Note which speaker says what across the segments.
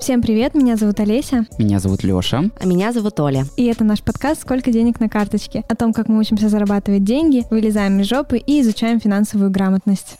Speaker 1: Всем привет, меня зовут Олеся,
Speaker 2: Меня зовут Лёша.
Speaker 3: А меня зовут Оля.
Speaker 1: и это наш подкаст «Сколько денег на карточке?» о том, как мы учимся зарабатывать деньги, вылезаем из жопы и изучаем финансовую грамотность.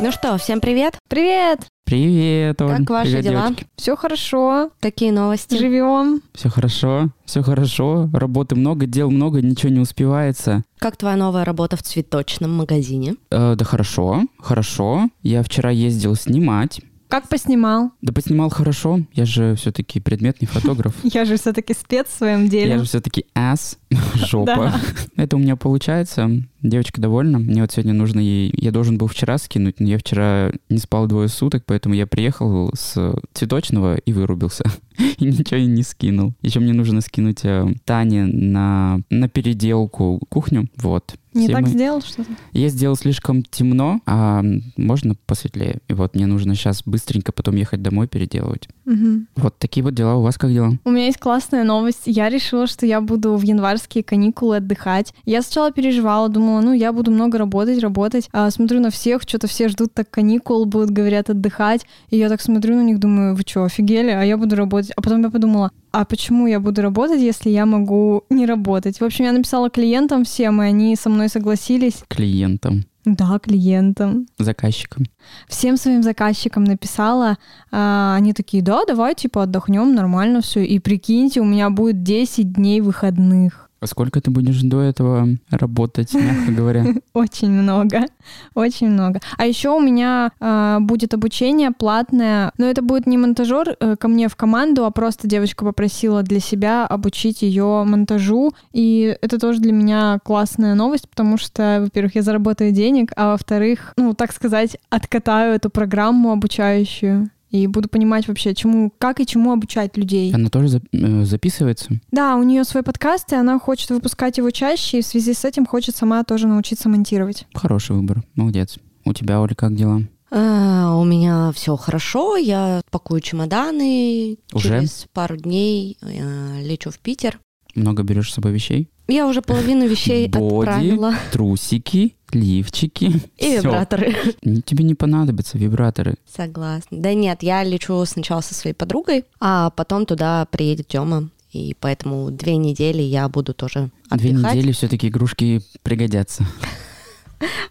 Speaker 3: Ну что, всем привет.
Speaker 1: Привет!
Speaker 2: Привет, Оль.
Speaker 3: Как ваши
Speaker 2: Привет,
Speaker 3: дела?
Speaker 1: Все хорошо,
Speaker 3: Такие новости.
Speaker 1: живем.
Speaker 2: Все хорошо, все хорошо. Работы много, дел много, ничего не успевается.
Speaker 3: Как твоя новая работа в цветочном магазине?
Speaker 2: Э, да хорошо, хорошо. Я вчера ездил снимать.
Speaker 1: Как поснимал?
Speaker 2: Да поснимал хорошо. Я же все-таки предметный фотограф.
Speaker 1: Я же все-таки спец в своем деле.
Speaker 2: Я же все-таки ass, жопа. Это у меня получается. Девочка довольна. Мне вот сегодня нужно ей... Я должен был вчера скинуть, но я вчера не спал двое суток, поэтому я приехал с цветочного и вырубился. И ничего и не скинул. Еще мне нужно скинуть э, Тане на, на переделку кухню. Вот.
Speaker 1: Не
Speaker 2: Все
Speaker 1: так
Speaker 2: мы-
Speaker 1: сделал что-то?
Speaker 2: Я сделал слишком темно, а можно посветлее. И вот мне нужно сейчас быстренько потом ехать домой переделывать.
Speaker 1: Мгм.
Speaker 2: Вот такие вот дела. У вас как дела?
Speaker 1: У меня есть классная новость. Я решила, что я буду в январские каникулы отдыхать. Я сначала переживала, думала, ну, я буду много работать, работать. А смотрю на всех, что-то все ждут так каникул, будут, говорят, отдыхать. И я так смотрю на них, думаю, вы что, офигели? А я буду работать. А потом я подумала, а почему я буду работать, если я могу не работать? В общем, я написала клиентам всем, и они со мной согласились.
Speaker 2: Клиентам,
Speaker 1: Да, клиентам
Speaker 2: заказчикам.
Speaker 1: всем своим заказчикам написала, а, они такие, да, давай, типа, отдохнем, нормально все. И прикиньте, у меня будет 10 дней выходных.
Speaker 2: А Сколько ты будешь до этого работать, мягко говоря?
Speaker 1: Очень много, очень много. А еще у меня а, будет обучение платное, но это будет не монтажер э, ко мне в команду, а просто девочка попросила для себя обучить ее монтажу. И это тоже для меня классная новость, потому что, во-первых, я заработаю денег, а во-вторых, ну, так сказать, откатаю эту программу обучающую. И буду понимать вообще, чему, как и чему обучать людей.
Speaker 2: Она тоже зап- э, записывается?
Speaker 1: Да, у нее свой подкаст, и она хочет выпускать его чаще, и в связи с этим хочет сама тоже научиться монтировать.
Speaker 2: Хороший выбор, молодец. У тебя, Оля, как дела?
Speaker 3: А, у меня все хорошо, я пакую чемоданы.
Speaker 2: Уже?
Speaker 3: Через пару дней э, лечу в Питер.
Speaker 2: Много берешь с собой вещей?
Speaker 3: Я уже половину вещей
Speaker 2: Боди.
Speaker 3: отправила.
Speaker 2: Трусики, лифчики.
Speaker 3: И
Speaker 2: Всё.
Speaker 3: вибраторы.
Speaker 2: Н- Тебе не понадобятся вибраторы.
Speaker 3: Согласна. Да нет, я лечу сначала со своей подругой, а потом туда приедет Тёма. И поэтому две недели я буду тоже
Speaker 2: Две
Speaker 3: отдыхать.
Speaker 2: недели все-таки игрушки пригодятся.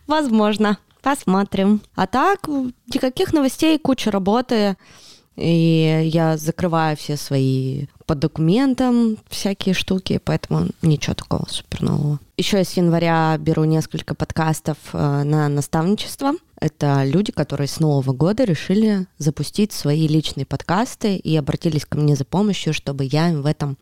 Speaker 3: Возможно. Посмотрим. А так, никаких новостей, куча работы. И я закрываю все свои по документам всякие штуки, поэтому ничего такого супер нового. Еще с января беру несколько подкастов э, на наставничество. Это люди, которые с Нового года решили запустить свои личные подкасты и обратились ко мне за помощью, чтобы я им в этом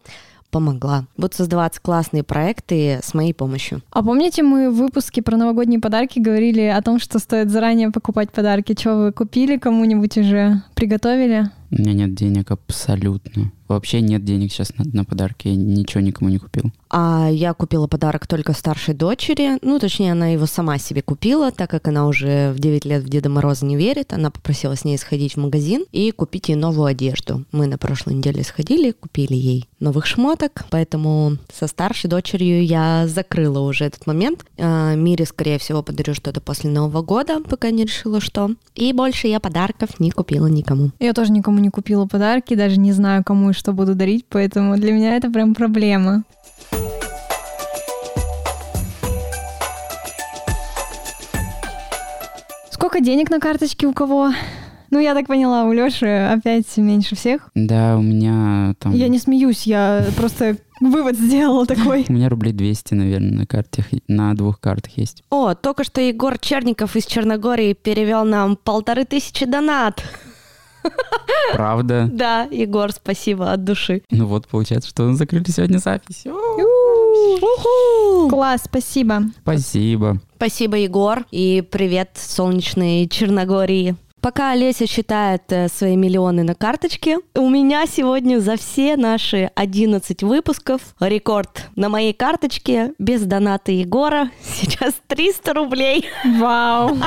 Speaker 3: помогла. Будут создаваться классные проекты с моей помощью.
Speaker 1: А помните, мы в выпуске про новогодние подарки говорили о том, что стоит заранее покупать подарки? Что вы купили кому-нибудь уже? Приготовили?
Speaker 2: У меня нет денег абсолютно. Вообще нет денег сейчас на, на подарки. Я ничего никому не купил.
Speaker 3: А я купила подарок только старшей дочери. Ну, точнее, она его сама себе купила, так как она уже в 9 лет в Деда Мороза не верит. Она попросила с ней сходить в магазин и купить ей новую одежду. Мы на прошлой неделе сходили, купили ей новых шмоток, поэтому со старшей дочерью я закрыла уже этот момент. А, Мире, скорее всего, подарю что-то после Нового года, пока не решила что. И больше я подарков не купила никому.
Speaker 1: Я тоже никому не купила подарки, даже не знаю, кому и что буду дарить, поэтому для меня это прям проблема. Сколько денег на карточке у кого? Ну, я так поняла, у Лёши опять меньше всех.
Speaker 2: Да, у меня там...
Speaker 1: Я не смеюсь, я просто вывод сделала такой.
Speaker 2: У меня рублей 200, наверное, на картах. На двух картах есть.
Speaker 3: О, только что Егор Черников из Черногории перевел нам полторы тысячи донат.
Speaker 2: Правда?
Speaker 3: Да, Егор, спасибо от души.
Speaker 2: Ну вот, получается, что закрыли сегодня запись.
Speaker 1: Класс, спасибо.
Speaker 2: Спасибо.
Speaker 3: Спасибо, Егор, и привет солнечной Черногории. Пока Олеся считает э, свои миллионы на карточке, у меня сегодня за все наши 11 выпусков рекорд. На моей карточке без доната Егора сейчас 300 рублей.
Speaker 1: Вау.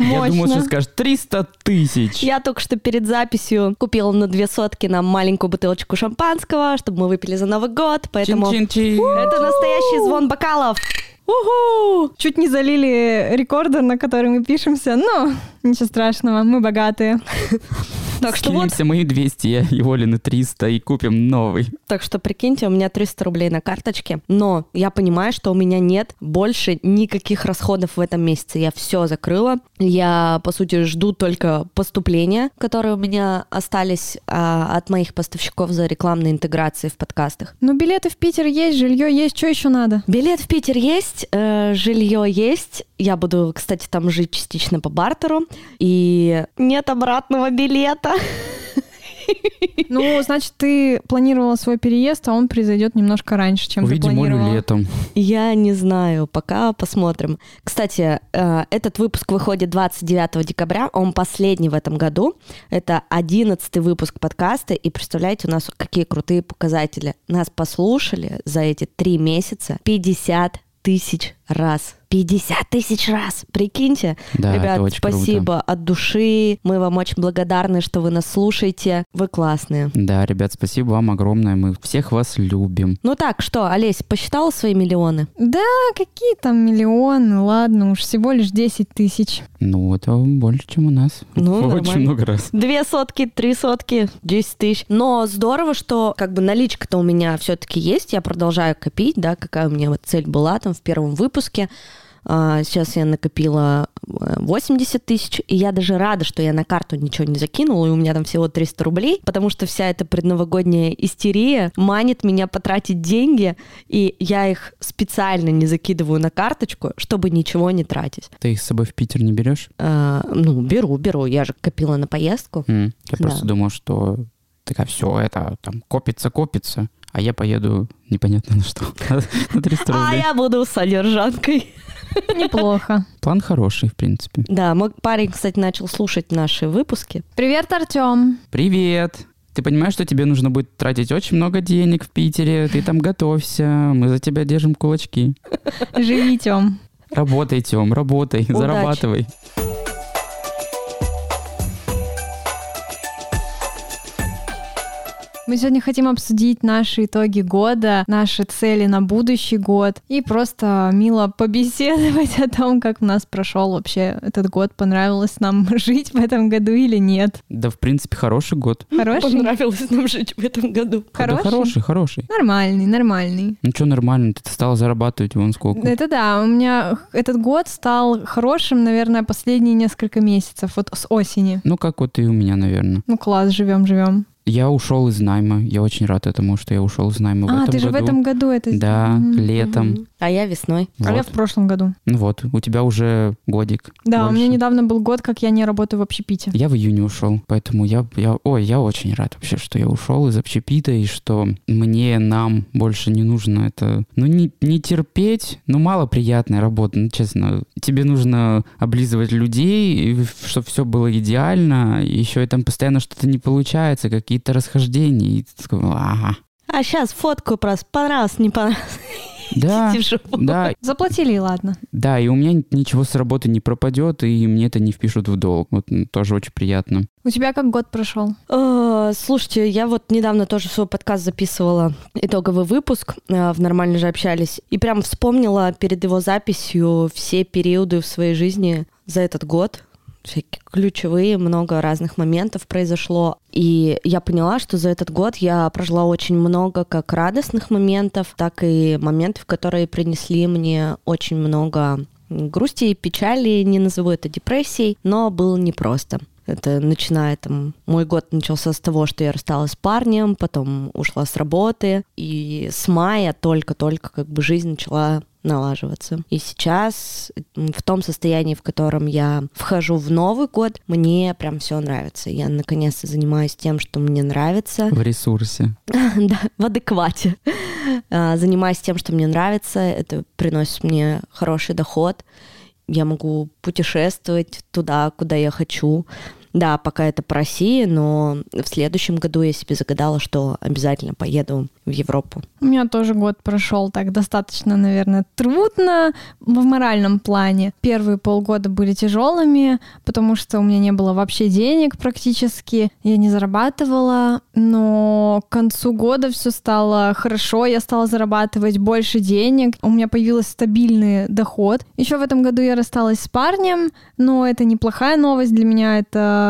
Speaker 2: Я думал,
Speaker 1: Мощно.
Speaker 2: что скажешь 300 тысяч.
Speaker 3: Я только что перед записью купила на две сотки нам маленькую бутылочку шампанского, чтобы мы выпили за Новый год, поэтому...
Speaker 2: Чин-чин-чин.
Speaker 3: Это настоящий звон бокалов.
Speaker 1: Уху! Чуть не залили рекорды, на которые мы пишемся, но ничего страшного, мы богатые.
Speaker 2: Так что вот... мои 200, я и Олины 300, и купим новый.
Speaker 3: Так что, прикиньте, у меня 300 рублей на карточке, но я понимаю, что у меня нет больше никаких расходов в этом месяце. Я все закрыла. Я, по сути, жду только поступления, которые у меня остались а, от моих поставщиков за рекламные интеграции в подкастах.
Speaker 1: Ну, билеты в Питер есть, жилье есть, что еще надо?
Speaker 3: Билет в Питер есть, э, жилье есть. Я буду, кстати, там жить частично по бартеру. И нет обратного билета.
Speaker 1: Ну, значит, ты планировала свой переезд, а он произойдет немножко раньше, чем
Speaker 2: Увидим
Speaker 1: ты планировала.
Speaker 2: Олю летом.
Speaker 3: Я не знаю, пока посмотрим. Кстати, э, этот выпуск выходит 29 декабря, он последний в этом году. Это 11 выпуск подкаста, и представляете, у нас какие крутые показатели. Нас послушали за эти три месяца 50 тысяч раз. 50 тысяч раз, прикиньте.
Speaker 2: Да,
Speaker 3: Ребят,
Speaker 2: это очень
Speaker 3: спасибо
Speaker 2: круто.
Speaker 3: от души. Мы вам очень благодарны, что вы нас слушаете. Вы классные.
Speaker 2: Да, ребят, спасибо вам огромное. Мы всех вас любим.
Speaker 3: Ну так, что, Олесь, посчитала свои миллионы?
Speaker 1: Да, А, какие там миллионы, ладно уж, всего лишь 10 тысяч.
Speaker 2: Ну, это больше, чем у нас.
Speaker 3: Ну,
Speaker 2: Очень
Speaker 3: нормально.
Speaker 2: много раз.
Speaker 3: Две сотки, три сотки, 10 тысяч. Но здорово, что как бы наличка-то у меня все-таки есть. Я продолжаю копить, да, какая у меня вот цель была там в первом выпуске. А, Сейчас я накопила э, 80 тысяч, и я даже рада, что я на карту ничего не закинула, и у меня там всего 300 рублей, потому что вся эта предновогодняя истерия манит меня потратить деньги, и я их специально не закидываю на карточку, чтобы ничего не тратить.
Speaker 2: Ты их с собой в Питер не берешь?
Speaker 3: А, ну, беру, беру, я же копила на поездку.
Speaker 2: М, Я
Speaker 3: Да.
Speaker 2: просто думал, что такая, все, это там копится, копится, а я поеду непонятно на что. На 300
Speaker 3: А
Speaker 2: рублей.
Speaker 3: я буду содержанкой.
Speaker 1: Неплохо.
Speaker 2: План хороший, в принципе.
Speaker 3: Да, мой парень, кстати, начал слушать наши выпуски.
Speaker 1: Привет, Артем.
Speaker 2: Привет! Ты понимаешь, что тебе нужно будет тратить очень много денег в Питере, ты там готовься, мы за тебя держим кулачки.
Speaker 1: Живи, Тём.
Speaker 2: Работай, Тём, работай, зарабатывай.
Speaker 1: Мы сегодня хотим обсудить наши итоги года, наши цели на будущий год и просто мило побеседовать о том, как у нас прошел вообще этот год, понравилось нам жить в этом году или нет.
Speaker 2: Да, в принципе, хороший год.
Speaker 1: Хороший?
Speaker 3: Понравилось нам жить в этом году.
Speaker 2: Да
Speaker 1: Хороший?
Speaker 2: хороший, хороший.
Speaker 1: Нормальный, нормальный.
Speaker 2: Ну что, нормально, ты стала зарабатывать вон сколько.
Speaker 1: Это да, у меня этот год стал хорошим, наверное, последние несколько месяцев, вот с осени.
Speaker 2: Ну, как вот и у меня, наверное.
Speaker 1: Ну класс, живем, живем.
Speaker 2: Я ушел из найма. Я очень рад этому, что я ушел из найма в
Speaker 1: А,
Speaker 2: этом
Speaker 1: ты же в
Speaker 2: году.
Speaker 1: этом году это
Speaker 2: Да,
Speaker 1: сделал. Мгм.
Speaker 2: летом.
Speaker 3: Мгм. А я весной.
Speaker 1: А я
Speaker 2: Вот.
Speaker 1: в прошлом году.
Speaker 2: Ну вот, у тебя уже годик.
Speaker 1: Да, у меня
Speaker 2: больше.
Speaker 1: недавно был год, как я не работаю в общепите.
Speaker 2: Я в июне ушел, поэтому я, я, ой, я очень рад вообще, что я ушел из общепита и что мне, нам больше не нужно это, ну не, не терпеть, ну мало приятная работа, ну честно. Тебе нужно облизывать людей, чтобы все было идеально, еще и там постоянно что-то не получается, какие-то расхождения, и ты такой, ага.
Speaker 3: А сейчас фотку просто понравилось, не понравилось.
Speaker 2: Да,
Speaker 3: идите в жопу.
Speaker 2: да,
Speaker 1: Заплатили, и ладно.
Speaker 2: Да, и у меня ничего с работы не пропадет, и мне это не впишут в долг. Вот м, тоже очень приятно.
Speaker 1: У тебя как год прошел?
Speaker 3: Э, Слушайте, я вот недавно тоже свой подкаст записывала, итоговый выпуск, э, в «Нормально же общались», и прям вспомнила перед его записью все периоды в своей жизни за этот год, всякие ключевые, много разных моментов произошло. И я поняла, что за этот год я прожила очень много как радостных моментов, так и моментов, которые принесли мне очень много грусти и печали, не назову это депрессией, но было непросто. Это начиная там... Мой год начался с того, что я рассталась с парнем, потом ушла с работы, и с мая только-только как бы жизнь начала налаживаться. И сейчас, м, в том состоянии, в котором я вхожу в Новый год, мне прям все нравится. Я наконец-то занимаюсь тем, что мне нравится.
Speaker 2: В ресурсе.
Speaker 3: Да, в адеквате. А, Занимаюсь тем, что мне нравится, это приносит мне хороший доход. Я могу путешествовать туда, куда я хочу. Да, пока это по России, но в следующем году я себе загадала, что обязательно поеду в Европу.
Speaker 1: У меня тоже год прошел так достаточно, наверное, трудно в моральном плане. Первые полгода были тяжелыми, потому что у меня не было вообще денег практически, я не зарабатывала, но к концу года все стало хорошо, я стала зарабатывать больше денег, у меня появился стабильный доход. Еще в этом году я рассталась с парнем, но это неплохая новость для меня, это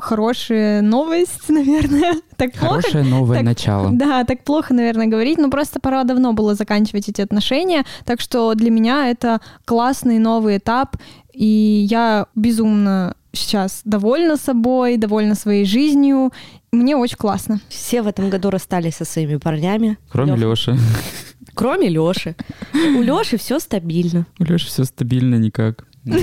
Speaker 1: хорошая новость, наверное. Так
Speaker 2: Хорошее
Speaker 1: плохо,
Speaker 2: новое
Speaker 1: так,
Speaker 2: начало.
Speaker 1: Да, так плохо, наверное, говорить, но просто пора давно было заканчивать эти отношения, так что для меня это классный новый этап, и я безумно сейчас довольна собой, довольна своей жизнью, мне очень классно.
Speaker 3: Все в этом году расстались со своими парнями.
Speaker 2: Кроме
Speaker 3: Лёха.
Speaker 2: Лёши.
Speaker 3: Кроме Лёши. У Лёши все стабильно.
Speaker 2: У Лёши все стабильно никак.
Speaker 3: Ну,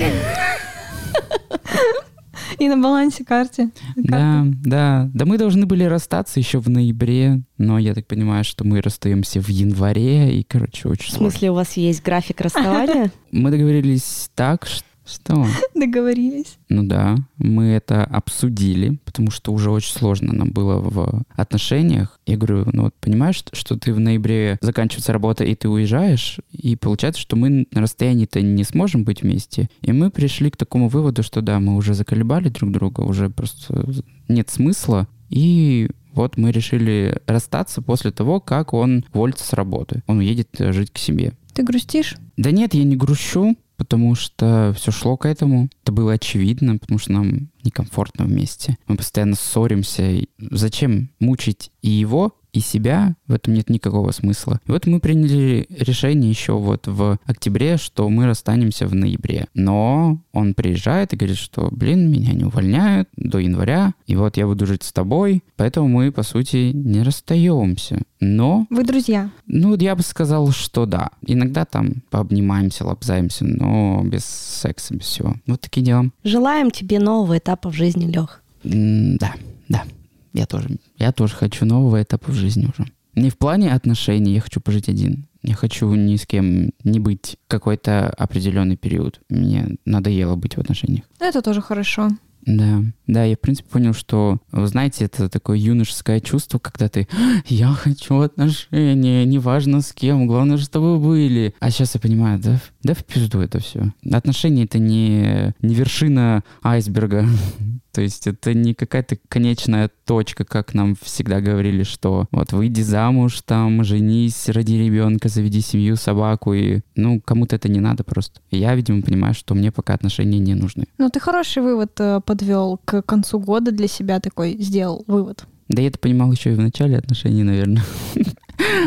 Speaker 1: И на балансе карте.
Speaker 2: Да, да. Да мы должны были расстаться еще в ноябре, но я так понимаю, что мы расстаемся в январе, и, короче,
Speaker 3: В
Speaker 2: очень сложно.
Speaker 3: смысле, у вас есть график расставания?
Speaker 2: Мы договорились так, ш- что...
Speaker 1: Договорились.
Speaker 2: Ну да, мы это обсудили, потому что уже очень сложно нам было в отношениях. Я говорю, ну вот понимаешь, что ты в ноябре заканчивается работа, и ты уезжаешь, и получается, что мы на расстоянии-то не сможем быть вместе. И мы пришли к такому выводу, что да, мы уже заколебали друг друга, уже просто нет смысла. И вот мы решили расстаться после того, как он уволится с работы. Он уедет э, жить к себе.
Speaker 1: Ты грустишь?
Speaker 2: Да нет, я не грущу, потому что все шло к этому. Это было очевидно, потому что нам некомфортно вместе. Мы постоянно ссоримся. И Зачем мучить и его, и себя? В этом нет никакого смысла. И вот мы приняли решение еще вот в октябре, что мы расстанемся в ноябре. Но он приезжает и говорит, что, блин, меня не увольняют до января, и вот я буду жить с тобой. Поэтому мы, по сути, не расстаемся. Но
Speaker 1: Вы друзья.
Speaker 2: ну, я бы сказал, что да. Иногда там пообнимаемся, лапзаемся, но без секса, без всего. Вот такие дела.
Speaker 3: Желаем тебе нового этапа в жизни, Лех.
Speaker 2: М, да, да. Я тоже. Я тоже хочу нового этапа в жизни уже. Не в плане отношений, я хочу пожить один. Я хочу ни с кем не быть какой-то определенный период. Мне надоело быть в отношениях.
Speaker 1: Ну, Это тоже хорошо.
Speaker 2: Да, да, я, в принципе, понял, что, вы знаете, это такое юношеское чувство, когда ты «А, «я хочу отношения, неважно с кем, главное, чтобы были». А сейчас я понимаю, да, в- да в пизду это все. Отношения — это не, не вершина айсберга. То есть это не какая-то конечная точка, как нам всегда говорили, что вот выйди замуж, там, женись, роди ребенка, заведи семью, собаку, и ну, кому-то это не надо просто. И я, видимо, понимаю, что мне пока отношения не нужны.
Speaker 1: Но Ну, ты хороший вывод э, подвел к концу года для себя такой сделал вывод.
Speaker 2: Да я это понимал еще и в начале отношений, наверное.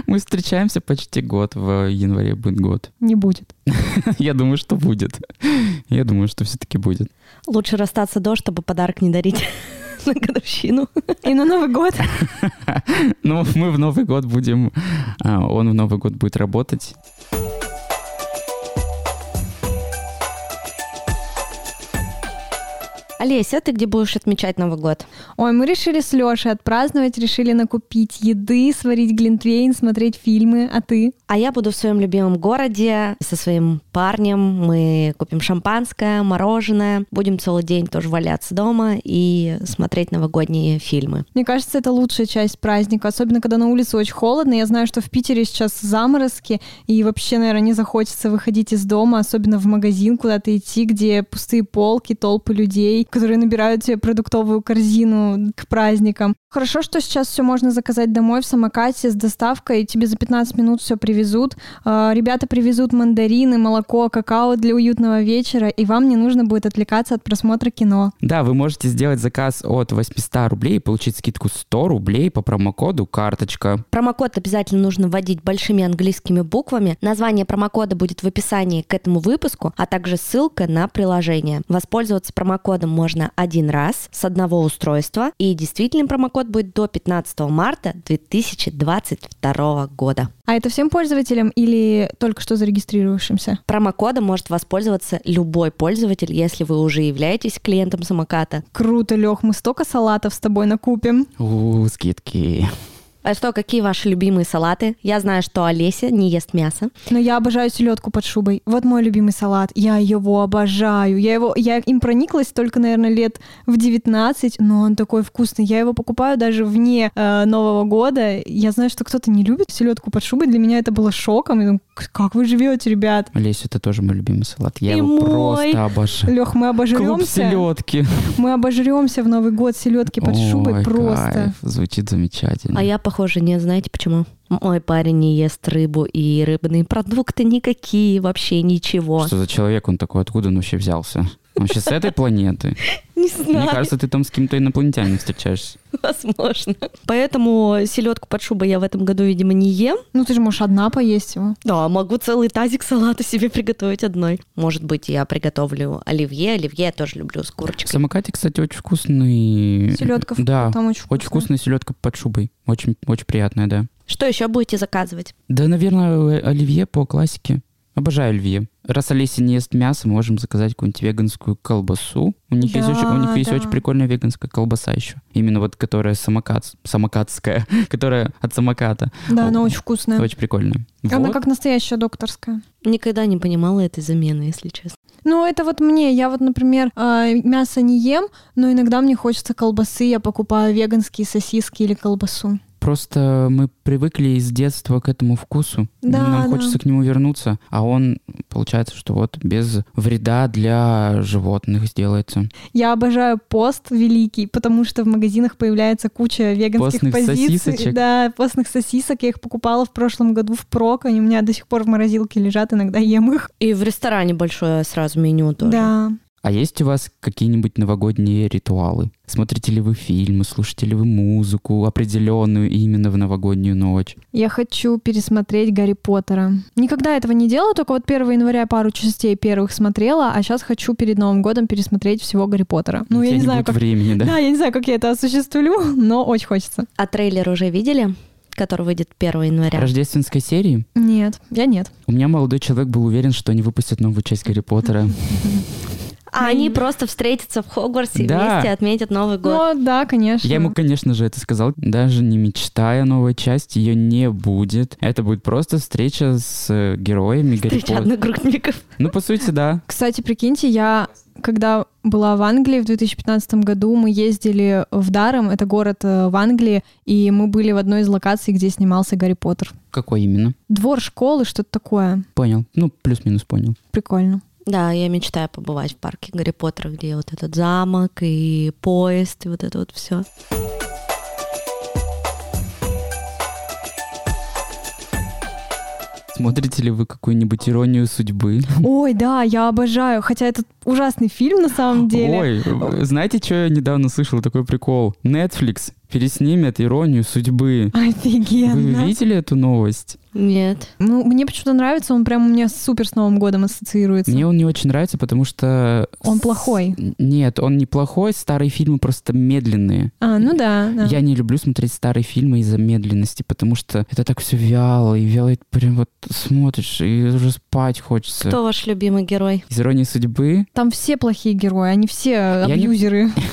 Speaker 2: Мы встречаемся почти год, в январе будет год.
Speaker 1: Не будет.
Speaker 2: Я думаю, что будет. Я думаю, что все-таки будет.
Speaker 3: Лучше расстаться до, чтобы подарок не дарить на годовщину.
Speaker 1: И на Новый год
Speaker 2: Но Ну, мы в Новый год будем... а, Он в Новый год будет работать.
Speaker 3: Олеся, ты где будешь отмечать Новый год?
Speaker 1: Ой, мы решили с Лешей отпраздновать, решили накупить еды, сварить глинтвейн, смотреть фильмы. А ты?
Speaker 3: А я буду в своем любимом городе со своим парнем. Мы купим шампанское, мороженое. Будем целый день тоже валяться дома и смотреть новогодние фильмы.
Speaker 1: Мне кажется, это лучшая часть праздника, особенно когда на улице очень холодно. Я знаю, что в Питере сейчас заморозки, и вообще, наверное, не захочется выходить из дома, особенно в магазин куда-то идти, где пустые полки, толпы людей, которые набирают себе продуктовую корзину к праздникам. Хорошо, что сейчас все можно заказать домой в самокате с доставкой, тебе за 15 минут все привезут. Э, Ребята привезут мандарины, молоко, какао для уютного вечера, и вам не нужно будет отвлекаться от просмотра кино.
Speaker 2: Да, вы можете сделать заказ от 800 рублей и получить скидку 100 рублей по промокоду «Карточка».
Speaker 3: Промокод обязательно нужно вводить большими английскими буквами. Название промокода будет в описании к этому выпуску, а также ссылка на приложение. Воспользоваться промокодом можно один раз с одного устройства, и действительный промокод будет до 15 марта 2022 года.
Speaker 1: А это всем пользователям или только что зарегистрировавшимся?
Speaker 3: Промокодом может воспользоваться любой пользователь, если вы уже являетесь клиентом самоката.
Speaker 1: Круто, Лех, мы столько салатов с тобой накупим.
Speaker 2: У, скидки.
Speaker 3: А что, какие ваши любимые салаты? Я знаю, что Олеся не ест мясо.
Speaker 1: Но я обожаю селедку под шубой. Вот мой любимый салат. Я его обожаю. Я, его, я им прониклась только, наверное, лет в 19, но он такой вкусный. Я его покупаю даже вне э, Нового года. Я знаю, что кто-то не любит селедку под шубой. Для меня это было шоком. Я думаю, как вы живете, ребят?
Speaker 2: Олеся, это тоже мой любимый салат. Я И его мой. просто обожаю.
Speaker 1: Лех, мы обожремся.
Speaker 2: селедки.
Speaker 1: Мы обожремся в Новый год селедки под Ой, шубой просто. Кайф.
Speaker 2: Звучит замечательно.
Speaker 3: А я, похоже, не знаете почему? Мой парень не ест рыбу и рыбные продукты никакие, вообще ничего.
Speaker 2: Что за человек он такой? Откуда он вообще взялся? Он вообще с этой планеты?
Speaker 3: Не знаю.
Speaker 2: Мне кажется, ты там с кем-то инопланетянином встречаешься.
Speaker 3: Возможно. Поэтому селедку под шубой я в этом году, видимо, не ем.
Speaker 1: Ну, ты же можешь одна поесть его.
Speaker 3: Да, могу целый тазик салата себе приготовить одной. Может быть, я приготовлю оливье. Оливье я тоже люблю с курочкой.
Speaker 2: Самокате, кстати, очень вкусный.
Speaker 1: Селедка
Speaker 2: да,
Speaker 1: там очень вкусная.
Speaker 2: А, Очень вкусная селедка под шубой. Очень, очень приятная, да.
Speaker 3: Что еще будете заказывать?
Speaker 2: Да, наверное, э, оливье по классике. Обожаю оливье. Раз Олеся не ест мясо, мы можем заказать какую-нибудь веганскую колбасу. У них, да, есть, очень, у них да. есть очень прикольная веганская колбаса еще. Именно вот которая самокат, самокатская, которая от самоката.
Speaker 1: Да, она очень вкусная.
Speaker 2: А, Очень прикольная.
Speaker 1: Она вот. как настоящая докторская.
Speaker 3: Никогда не понимала этой замены, если честно.
Speaker 1: Ну, это вот мне. Я вот, например, а, мясо не ем, но иногда мне хочется колбасы. Я покупаю веганские сосиски или колбасу
Speaker 2: просто мы привыкли из детства к этому вкусу.
Speaker 1: Да,
Speaker 2: Нам
Speaker 1: да.
Speaker 2: хочется к нему вернуться, а он, получается, что вот без вреда для животных сделается.
Speaker 1: Я обожаю пост великий, потому что в магазинах появляется куча веганских
Speaker 2: постных
Speaker 1: позиций.
Speaker 2: Сосисочек.
Speaker 1: Да, постных сосисок. Я их покупала в прошлом году в прок. Они у меня до сих пор в морозилке лежат, иногда ем их.
Speaker 3: И в ресторане большое сразу меню тоже.
Speaker 1: Да.
Speaker 2: А есть у вас какие-нибудь новогодние ритуалы? Смотрите ли вы фильмы, слушаете ли вы музыку определенную именно в новогоднюю ночь?
Speaker 1: Я хочу пересмотреть Гарри Поттера. Никогда этого не делала, только вот 1 января пару частей первых смотрела, а сейчас хочу перед Новым годом пересмотреть всего Гарри Поттера.
Speaker 2: Ну, я не, не знаю, как... времени, да?
Speaker 1: Да, я не знаю, как я это осуществлю, но очень хочется.
Speaker 3: А трейлер уже видели? который выйдет 1 января.
Speaker 2: Рождественской серии?
Speaker 1: Нет, я нет.
Speaker 2: У меня молодой человек был уверен, что они выпустят новую часть Гарри Поттера.
Speaker 3: А они просто встретятся в Хогвартсе да. и вместе отметят Новый год.
Speaker 1: Ну да, конечно.
Speaker 2: Я ему, конечно же, это сказал, даже не мечтая новой части, ее не будет. Это будет просто встреча с э, героями
Speaker 3: Гарри Встреча
Speaker 2: Ну, Гарри
Speaker 3: одногруппников.
Speaker 2: Ну, по сути, да.
Speaker 1: Кстати, прикиньте, я когда была в Англии в 2015 году, мы ездили в Даром, это город э, в Англии, и мы были в одной из локаций, где снимался Гарри Поттер.
Speaker 2: Какой именно?
Speaker 1: Двор школы, что-то такое.
Speaker 2: Понял. Ну, плюс-минус понял.
Speaker 1: Прикольно.
Speaker 3: Да, я мечтаю побывать в парке Гарри Поттера, где вот этот замок и поезд, и вот это вот все.
Speaker 2: Смотрите ли вы какую-нибудь иронию судьбы?
Speaker 1: Ой, да, я обожаю. Хотя этот ужасный фильм на самом деле.
Speaker 2: Ой, знаете, что я недавно слышал? Такой прикол. Netflix переснимет иронию судьбы.
Speaker 1: Офигенно.
Speaker 2: Вы видели эту новость?
Speaker 3: Нет.
Speaker 1: Ну, мне почему-то нравится, он прям у меня супер с Новым годом ассоциируется.
Speaker 2: Мне он не очень нравится, потому что...
Speaker 1: Он плохой.
Speaker 2: С... Нет, он не плохой, старые фильмы просто медленные.
Speaker 1: А, ну да, да.
Speaker 2: Я не люблю смотреть старые фильмы из-за медленности, потому что это так все вяло, и вяло и прям вот смотришь, и уже спать хочется.
Speaker 3: Кто ваш любимый герой?
Speaker 2: Из «Иронии судьбы».
Speaker 1: Там все плохие герои, они все абьюзеры. Я не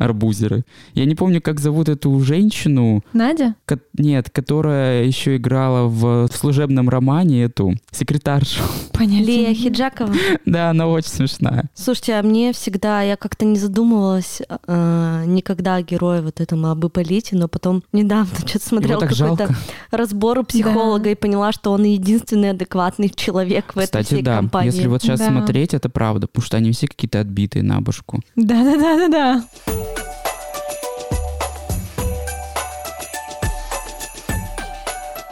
Speaker 2: арбузеры. Я не помню, как зовут эту женщину.
Speaker 1: Надя?
Speaker 2: Ко- нет, которая еще играла в, в служебном романе эту секретаршу.
Speaker 3: Понятно. Лия Хиджакова.
Speaker 2: да, она очень смешная.
Speaker 3: Слушайте, а мне всегда, я как-то не задумывалась э, никогда о герое вот этом об Ипполите, но потом недавно что-то смотрела какой-то разбор у психолога да. и поняла, что он единственный адекватный человек в
Speaker 2: Кстати,
Speaker 3: этой всей
Speaker 2: да.
Speaker 3: компании.
Speaker 2: Если вот сейчас
Speaker 1: Да.
Speaker 2: смотреть, это правда, потому что они все какие-то отбитые на башку.
Speaker 1: Да-да-да-да-да.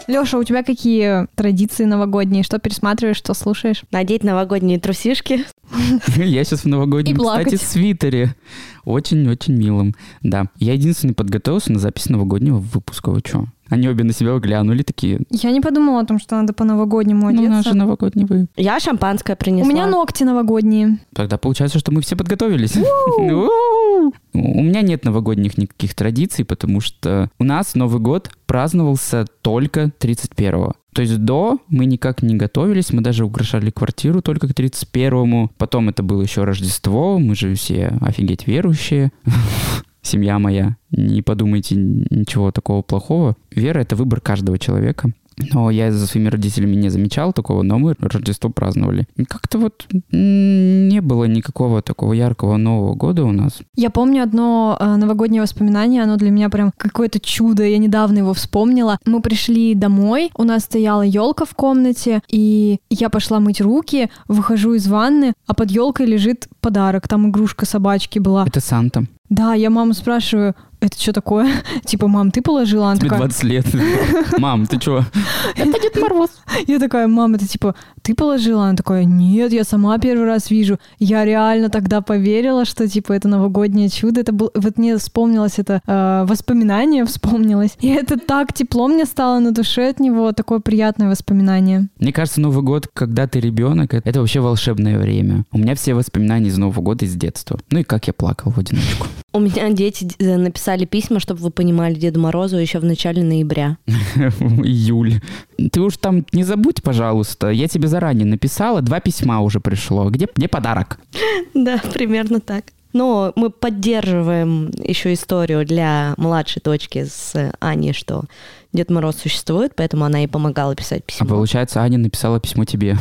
Speaker 1: Лёша, у тебя какие традиции новогодние? Что пересматриваешь, что слушаешь?
Speaker 3: Надеть новогодние трусишки.
Speaker 2: Я сейчас в новогоднем,
Speaker 1: И плакать.
Speaker 2: кстати, свитере. Очень-очень милым. Да. Я единственный подготовился на запись новогоднего выпуска. Вы чё? Они обе на себя глянули такие.
Speaker 1: Я не подумала о том, что надо по-новогоднему
Speaker 2: Ну, у нас
Speaker 1: одеться.
Speaker 2: же новогодний вы.
Speaker 3: Я шампанское
Speaker 1: у
Speaker 3: принесла.
Speaker 1: меня ногти новогодние.
Speaker 2: Тогда получается, что мы все подготовились. У-у-у. У меня нет новогодних никаких традиций, потому что у нас Новый год праздновался только 31-го. То есть до мы никак не готовились, мы даже украшали квартиру только к 31-му. Потом это было еще Рождество, мы же все офигеть верующие. семья моя. Не подумайте ничего такого плохого. Вера — это выбор каждого человека. Но я за своими родителями не замечал такого, но мы Рождество праздновали. Как-то вот не было никакого такого яркого Нового года у нас.
Speaker 1: Я помню одно э, новогоднее воспоминание, оно для меня прям какое-то чудо, я недавно его вспомнила. Мы пришли домой, у нас стояла елка в комнате, и я пошла мыть руки, выхожу из ванны, а под елкой лежит подарок, там игрушка собачки была.
Speaker 2: Это Санта.
Speaker 1: Да, я маму спрашиваю, это что такое? Типа, мам, ты положила? Она
Speaker 2: Тебе
Speaker 1: такая,
Speaker 2: 20 лет. Мам, ты чего?
Speaker 1: Это Дед Мороз. Я такая, мам, это типа, ты положила? Она такая, нет, я сама первый раз вижу. Я реально тогда поверила, что типа это новогоднее чудо. Это был, вот мне вспомнилось это э, воспоминание, вспомнилось. И это так тепло мне стало на душе от него, такое приятное воспоминание.
Speaker 2: Мне кажется, Новый год, когда ты ребенок, это вообще волшебное время. У меня все воспоминания из Нового года из детства. Ну и как я плакал в одиночку.
Speaker 3: У меня дети э, написали письма, чтобы вы понимали Деду Морозу еще в начале ноября.
Speaker 2: Июль. Ты уж там не забудь, пожалуйста. Я тебе заранее написала, два письма уже пришло. Где, где подарок? А
Speaker 3: Да, примерно так. Но мы поддерживаем еще историю для младшей дочки с э, Аней, что Дед Мороз существует, поэтому она и помогала писать
Speaker 2: А
Speaker 3: письмо.
Speaker 2: получается, Аня написала письмо тебе.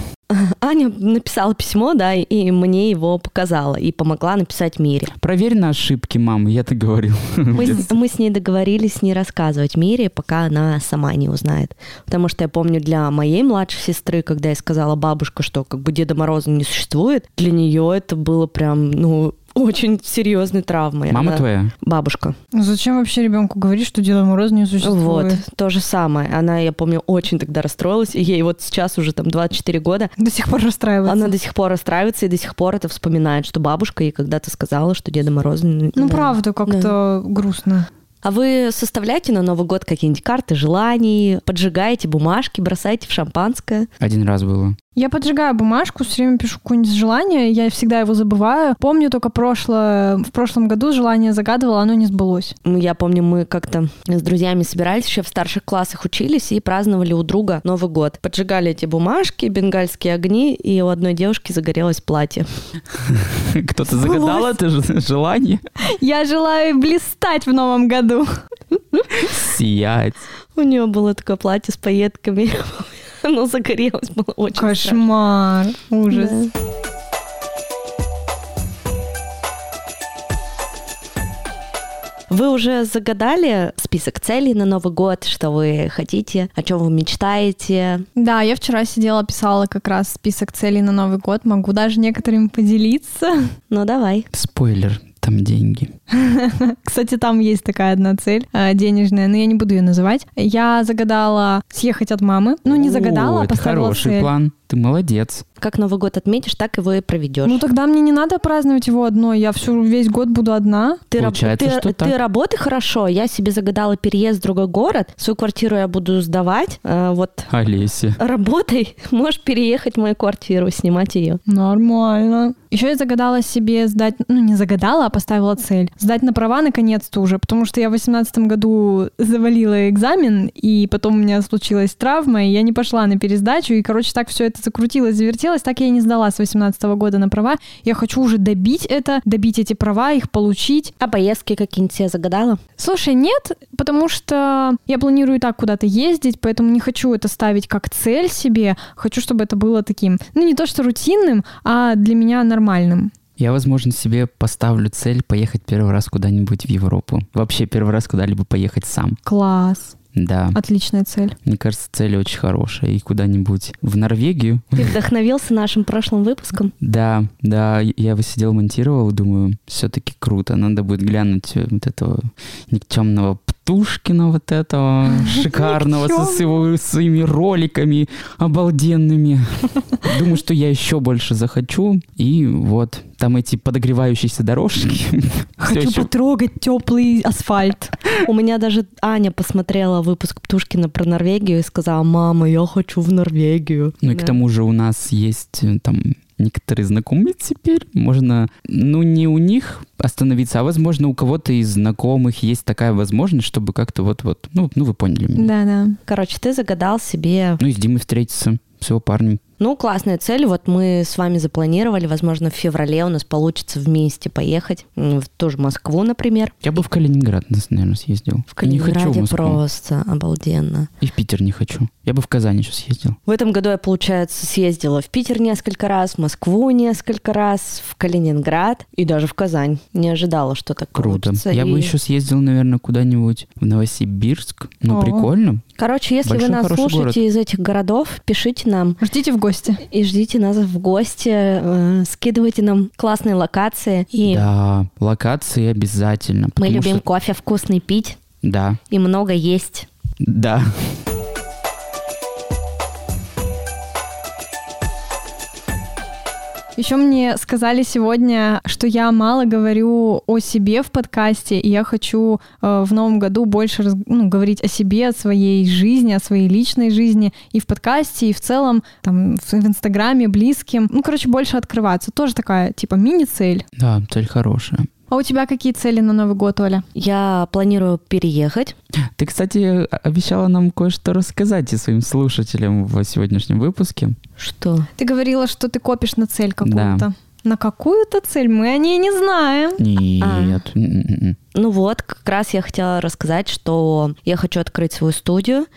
Speaker 3: Аня написала письмо, да, и мне его показала, и помогла написать Мире.
Speaker 2: Проверь на ошибки, мам, я так говорил.
Speaker 3: Мы, с- мы с ней договорились не рассказывать Мире, пока она сама не узнает. Потому что я помню для моей младшей сестры, когда я сказала бабушка, что как бы Деда Мороза не существует, для нее это было прям, ну, очень серьезной травмой.
Speaker 2: Мама
Speaker 3: Она-
Speaker 2: твоя?
Speaker 3: Бабушка.
Speaker 1: Ну, зачем вообще ребенку говорить, что Деда Мороз не существует?
Speaker 3: Вот, то же самое. Она, я помню, очень тогда расстроилась, и ей вот сейчас уже там 24 года,
Speaker 1: До сих пор расстраивается.
Speaker 3: она до сих пор расстраивается и до сих пор это вспоминает, что бабушка ей когда-то сказала, что Деда Мороза... н-
Speaker 1: Ну,
Speaker 3: да.
Speaker 1: правда, как-то грустно.
Speaker 3: А вы составляете на Новый год какие-нибудь карты желаний, поджигаете бумажки, бросаете в шампанское?
Speaker 2: Один раз было.
Speaker 1: Я поджигаю бумажку, все время пишу какое-нибудь желание, я всегда его забываю. Помню только прошлое, в прошлом году желание загадывала, оно не сбылось.
Speaker 3: Ну, Я помню, мы как-то с друзьями собирались, еще в старших классах учились и праздновали у друга Новый год. Поджигали эти бумажки, бенгальские огни, и у одной девушки загорелось платье.
Speaker 2: Кто-то загадал это же- желание?
Speaker 1: Я желаю блистать в новом году.
Speaker 2: Сиять.
Speaker 3: У нее было такое платье с пайетками. Оно загорелось, было очень страшно.
Speaker 1: Кошмар, ужас.
Speaker 3: Да. Вы уже загадали список целей на Новый год, что вы хотите, о чем вы мечтаете?
Speaker 1: Да, я вчера сидела, писала как раз список целей на Новый год, могу даже некоторыми поделиться.
Speaker 3: Ну, давай.
Speaker 2: Спойлер, там деньги.
Speaker 1: Кстати, там есть такая одна цель э, денежная, но я не буду ее называть. Я загадала съехать от мамы. Ну, не загадала,
Speaker 2: О,
Speaker 1: а
Speaker 2: это
Speaker 1: поставила
Speaker 2: хороший
Speaker 1: цель.
Speaker 2: план. Ты молодец.
Speaker 3: Как Новый год отметишь, так его и проведешь.
Speaker 1: Ну тогда мне не надо праздновать его одной, я всю весь год буду одна.
Speaker 3: ты, раб-
Speaker 2: получается,
Speaker 3: ты-
Speaker 2: что
Speaker 3: ты
Speaker 2: так.
Speaker 3: работай хорошо. Я себе загадала переезд в другой город. Свою квартиру я буду сдавать. А, вот
Speaker 2: Олеся.
Speaker 3: работай, можешь переехать в мою квартиру, снимать ее.
Speaker 1: Нормально. Еще я загадала себе сдать, ну не загадала, а поставила цель. Сдать на права наконец-то уже, потому что я в восемнадцатом году завалила экзамен, и потом у меня случилась травма, и я не пошла на пересдачу, и, короче, так все это закрутилось, завертелось, так я и не сдала с восемнадцатого года на права. Я хочу уже добить это, добить эти права, их получить.
Speaker 3: А поездки какие-нибудь я загадала?
Speaker 1: Слушай, нет, потому что я планирую и так куда-то ездить, поэтому не хочу это ставить как цель себе. Хочу, чтобы это было таким, ну не то что рутинным, а для меня нормальным.
Speaker 2: Я, возможно, себе поставлю цель поехать первый раз куда-нибудь в Европу. Вообще первый раз куда-либо поехать сам.
Speaker 1: Класс,
Speaker 2: Да,
Speaker 1: отличная цель.
Speaker 2: мне кажется, цель очень хорошая. И куда-нибудь в Норвегию.
Speaker 3: Ты вдохновился нашим прошлым выпуском?
Speaker 2: Да, да, я его сидел, монтировал, думаю, все-таки круто. Надо будет глянуть вот этого никчемного Птушкина вот этого, шикарного, со
Speaker 1: Никчёмного.
Speaker 2: с его- своими роликами обалденными. Думаю, что я еще больше захочу. И вот, там эти подогревающиеся дорожки.
Speaker 1: Хочу
Speaker 2: ещё-
Speaker 1: потрогать теплый асфальт.
Speaker 3: У меня даже Аня посмотрела выпуск Птушкина про Норвегию и сказала, мама, я хочу в Норвегию.
Speaker 2: Ну и
Speaker 3: Да.
Speaker 2: к тому же у нас есть э, там некоторые знакомые теперь. Можно, ну не у них остановиться, а возможно у кого-то из знакомых есть такая возможность, чтобы как-то вот-вот, ну, ну вы поняли меня.
Speaker 1: Да-да.
Speaker 3: Короче, ты загадал себе...
Speaker 2: Ну и с Димой встретиться, с его парнем
Speaker 3: Ну, классная цель. Вот мы с вами запланировали, возможно, в феврале у нас получится вместе поехать. В ту же Москву, например.
Speaker 2: Я бы в Калининград, наверное, съездил.
Speaker 3: В Калининграде
Speaker 2: не хочу в Москву.
Speaker 3: просто обалденно.
Speaker 2: И в Питер не хочу. Я бы в Казань еще съездил.
Speaker 3: В этом году я, получается, съездила в Питер несколько раз, в Москву несколько раз, в Калининград и даже в Казань. Не ожидала, что так
Speaker 2: Круто.
Speaker 3: получится.
Speaker 2: Я бы
Speaker 3: И-
Speaker 2: еще съездил, наверное, куда-нибудь в Новосибирск. Ну,
Speaker 1: О.
Speaker 2: прикольно.
Speaker 3: Короче, если
Speaker 2: Большой,
Speaker 3: вы нас
Speaker 2: хороший
Speaker 3: слушаете
Speaker 2: город.
Speaker 3: из этих городов, пишите нам
Speaker 1: Ждите в гости.
Speaker 3: и ждите нас в гости, э, скидывайте нам классные локации. И
Speaker 2: Да, локации обязательно.
Speaker 3: мы
Speaker 2: потому
Speaker 3: любим
Speaker 2: что-
Speaker 3: кофе вкусный пить
Speaker 2: Да,
Speaker 3: и много есть.
Speaker 2: да.
Speaker 1: Еще мне сказали сегодня, что я мало говорю о себе в подкасте, и я хочу э, в новом году больше раз- ну, говорить о себе, о своей жизни, о своей личной жизни и в подкасте, и в целом там в, в Инстаграме, близким. Ну, короче, больше открываться. Тоже такая типа мини-цель.
Speaker 2: Да, цель хорошая.
Speaker 1: А у тебя какие цели на Новый год, Оля?
Speaker 3: Я планирую переехать.
Speaker 2: Ты, кстати, обещала нам кое-что рассказать и своим слушателям в сегодняшнем выпуске.
Speaker 3: Что?
Speaker 1: Ты говорила, что ты копишь на цель какую-то.
Speaker 2: Да.
Speaker 1: На какую-то цель мы о ней не знаем.
Speaker 2: Нет. м-м-м.
Speaker 3: Ну вот, как раз я хотела рассказать, что я хочу открыть свою студию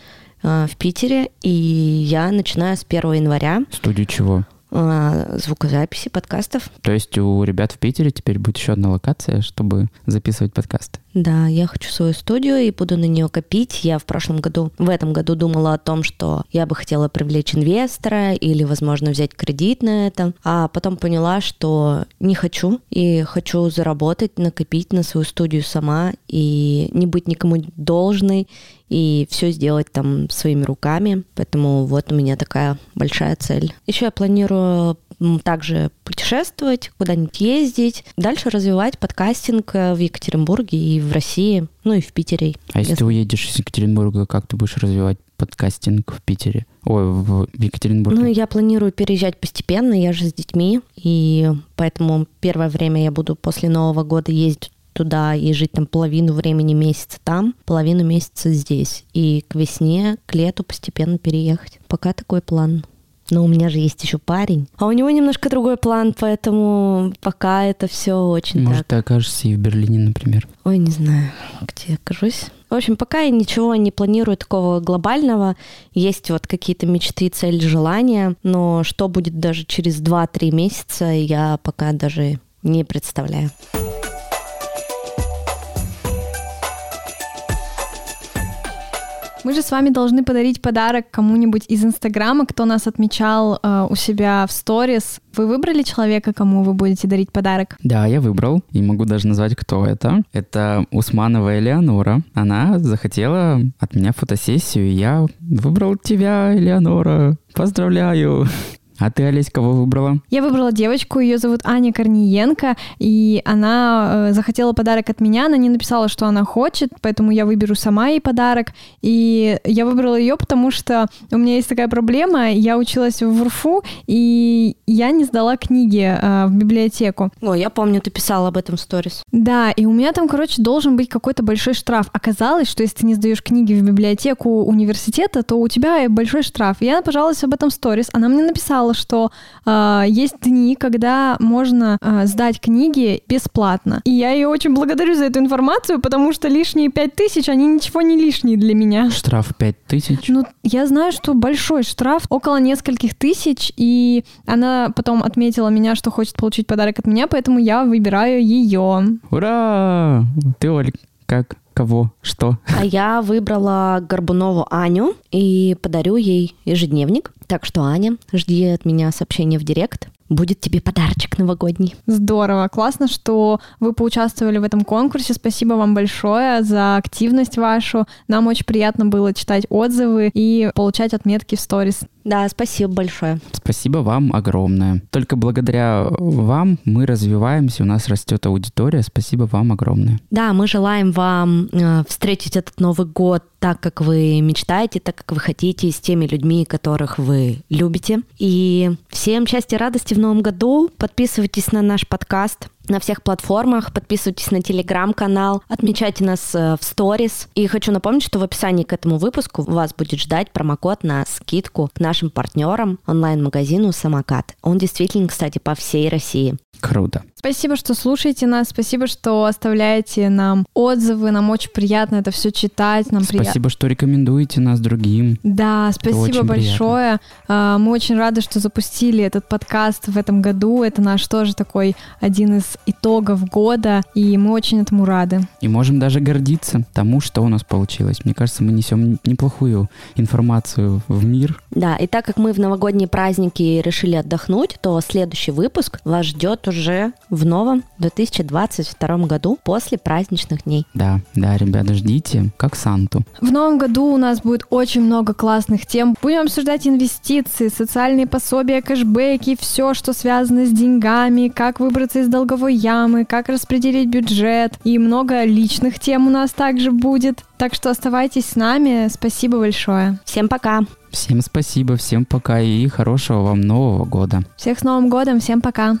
Speaker 3: э, в Питере, и я начинаю с 1 января
Speaker 2: Студию чего?
Speaker 3: э, звукозаписи подкастов.
Speaker 2: То есть у ребят в Питере теперь будет еще одна локация, чтобы записывать подкасты.
Speaker 3: Да, я хочу свою студию и буду на нее копить. Я в прошлом году, в этом году думала о том, что я бы хотела привлечь инвестора или, возможно, взять кредит на это. А потом поняла, что не хочу и хочу заработать, накопить на свою студию сама и не быть никому должной и все сделать там своими руками. Поэтому вот у меня такая большая цель. Еще я планирую м, также путешествовать, куда-нибудь ездить, дальше развивать подкастинг э, в Екатеринбурге и в России, ну и в Питере.
Speaker 2: А если
Speaker 3: Если-
Speaker 2: ты уедешь из Екатеринбурга, как ты будешь развивать подкастинг в Питере? Ой, в в Екатеринбурге.
Speaker 3: Ну, я планирую переезжать постепенно, я же с детьми, и поэтому первое время я буду после Нового года ездить туда и жить там половину времени месяца там, половину месяца здесь. И к весне, к лету постепенно переехать. Пока такой план. Но у меня же есть еще парень. А у него немножко другой план, поэтому пока это все очень так.
Speaker 2: Может, ты окажешься и в Берлине, например.
Speaker 3: Ой, не знаю, где я окажусь. В общем, пока я ничего не планирую такого глобального. Есть вот какие-то мечты, цели, желания. Но что будет даже через 2-3 месяца, я пока даже не представляю.
Speaker 1: Мы же с вами должны подарить подарок кому-нибудь из Инстаграма, кто нас отмечал э, у себя в сторис. Вы выбрали человека, кому вы будете дарить подарок?
Speaker 2: Да, я выбрал, и могу даже назвать, кто это. Это Усманова Элеонора. Она захотела от меня фотосессию, и я выбрал тебя, Элеонора. Поздравляю! А ты, Олесь, кого выбрала?
Speaker 1: Я выбрала девочку, ее зовут Аня Корниенко, и она э, захотела подарок от меня, она не написала, что она хочет, поэтому я выберу сама ей подарок. И я выбрала ее, потому что у меня есть такая проблема, я училась в УРФУ, и я не сдала книги э, в библиотеку.
Speaker 3: О, я помню, ты писала об этом в сторис.
Speaker 1: Да, и у меня там, короче, должен быть какой-то большой штраф. Оказалось, что если ты не сдаешь книги в библиотеку университета, то у тебя и большой штраф. И Я пожаловалась об этом в сторис. Она мне написала, что э, есть дни, когда можно э, сдать книги бесплатно. И я ее очень благодарю за эту информацию, потому что лишние пять тысяч, они ничего не лишние для меня.
Speaker 2: Штраф пять тысяч.
Speaker 1: Ну, я знаю, что большой штраф, около нескольких тысяч, и она потом отметила меня, что хочет получить подарок от меня, поэтому я выбираю ее.
Speaker 2: Ура! Ты, Оль, как? Кого? Что?
Speaker 3: А я выбрала Горбунову Аню и подарю ей ежедневник. Так что, Аня, жди от меня сообщения в директ. Будет тебе подарочек новогодний.
Speaker 1: Здорово, классно, что вы поучаствовали в этом конкурсе. Спасибо вам большое за активность вашу. Нам очень приятно было читать отзывы и получать отметки в сторис.
Speaker 3: Да, спасибо большое.
Speaker 2: Спасибо вам огромное. Только благодаря вам мы развиваемся, у нас растет аудитория. Спасибо вам огромное.
Speaker 3: Да, мы желаем вам э, встретить этот Новый год так, как вы мечтаете, так, как вы хотите, с теми людьми, которых вы любите. И всем счастья, радости в Новом году. Подписывайтесь на наш подкаст на всех платформах, подписывайтесь на телеграм-канал, отмечайте нас э, в сторис. И хочу напомнить, что в описании к этому выпуску вас будет ждать промокод на скидку к нашим партнерам онлайн-магазину «Самокат». Он действительно, кстати, по всей России.
Speaker 2: Круто.
Speaker 1: Спасибо, что слушаете нас, спасибо, что оставляете нам отзывы, нам очень приятно это все читать, нам
Speaker 2: Спасибо,
Speaker 1: приятно.
Speaker 2: что рекомендуете нас другим.
Speaker 1: Да, спасибо
Speaker 2: очень
Speaker 1: большое. А, Мы очень рады, что запустили этот подкаст в этом году. Это наш тоже такой один из итогов года, и мы очень этому рады.
Speaker 2: И можем даже гордиться тому, что у нас получилось. Мне кажется, мы несем неплохую информацию в мир.
Speaker 3: Да, и так как мы в новогодние праздники решили отдохнуть, то следующий выпуск вас ждет уже в новом 2022 году после праздничных дней.
Speaker 2: Да, да, ребята, ждите, как Санту.
Speaker 1: В новом году у нас будет очень много классных тем. Будем обсуждать инвестиции, социальные пособия, кэшбэки, все, что связано с деньгами, как выбраться из долговой ямы, как распределить бюджет. И много личных тем у нас также будет. Так что оставайтесь с нами. Спасибо большое.
Speaker 3: Всем пока!
Speaker 2: Всем спасибо, всем пока и хорошего вам Нового года.
Speaker 1: Всех с Новым годом. Всем пока.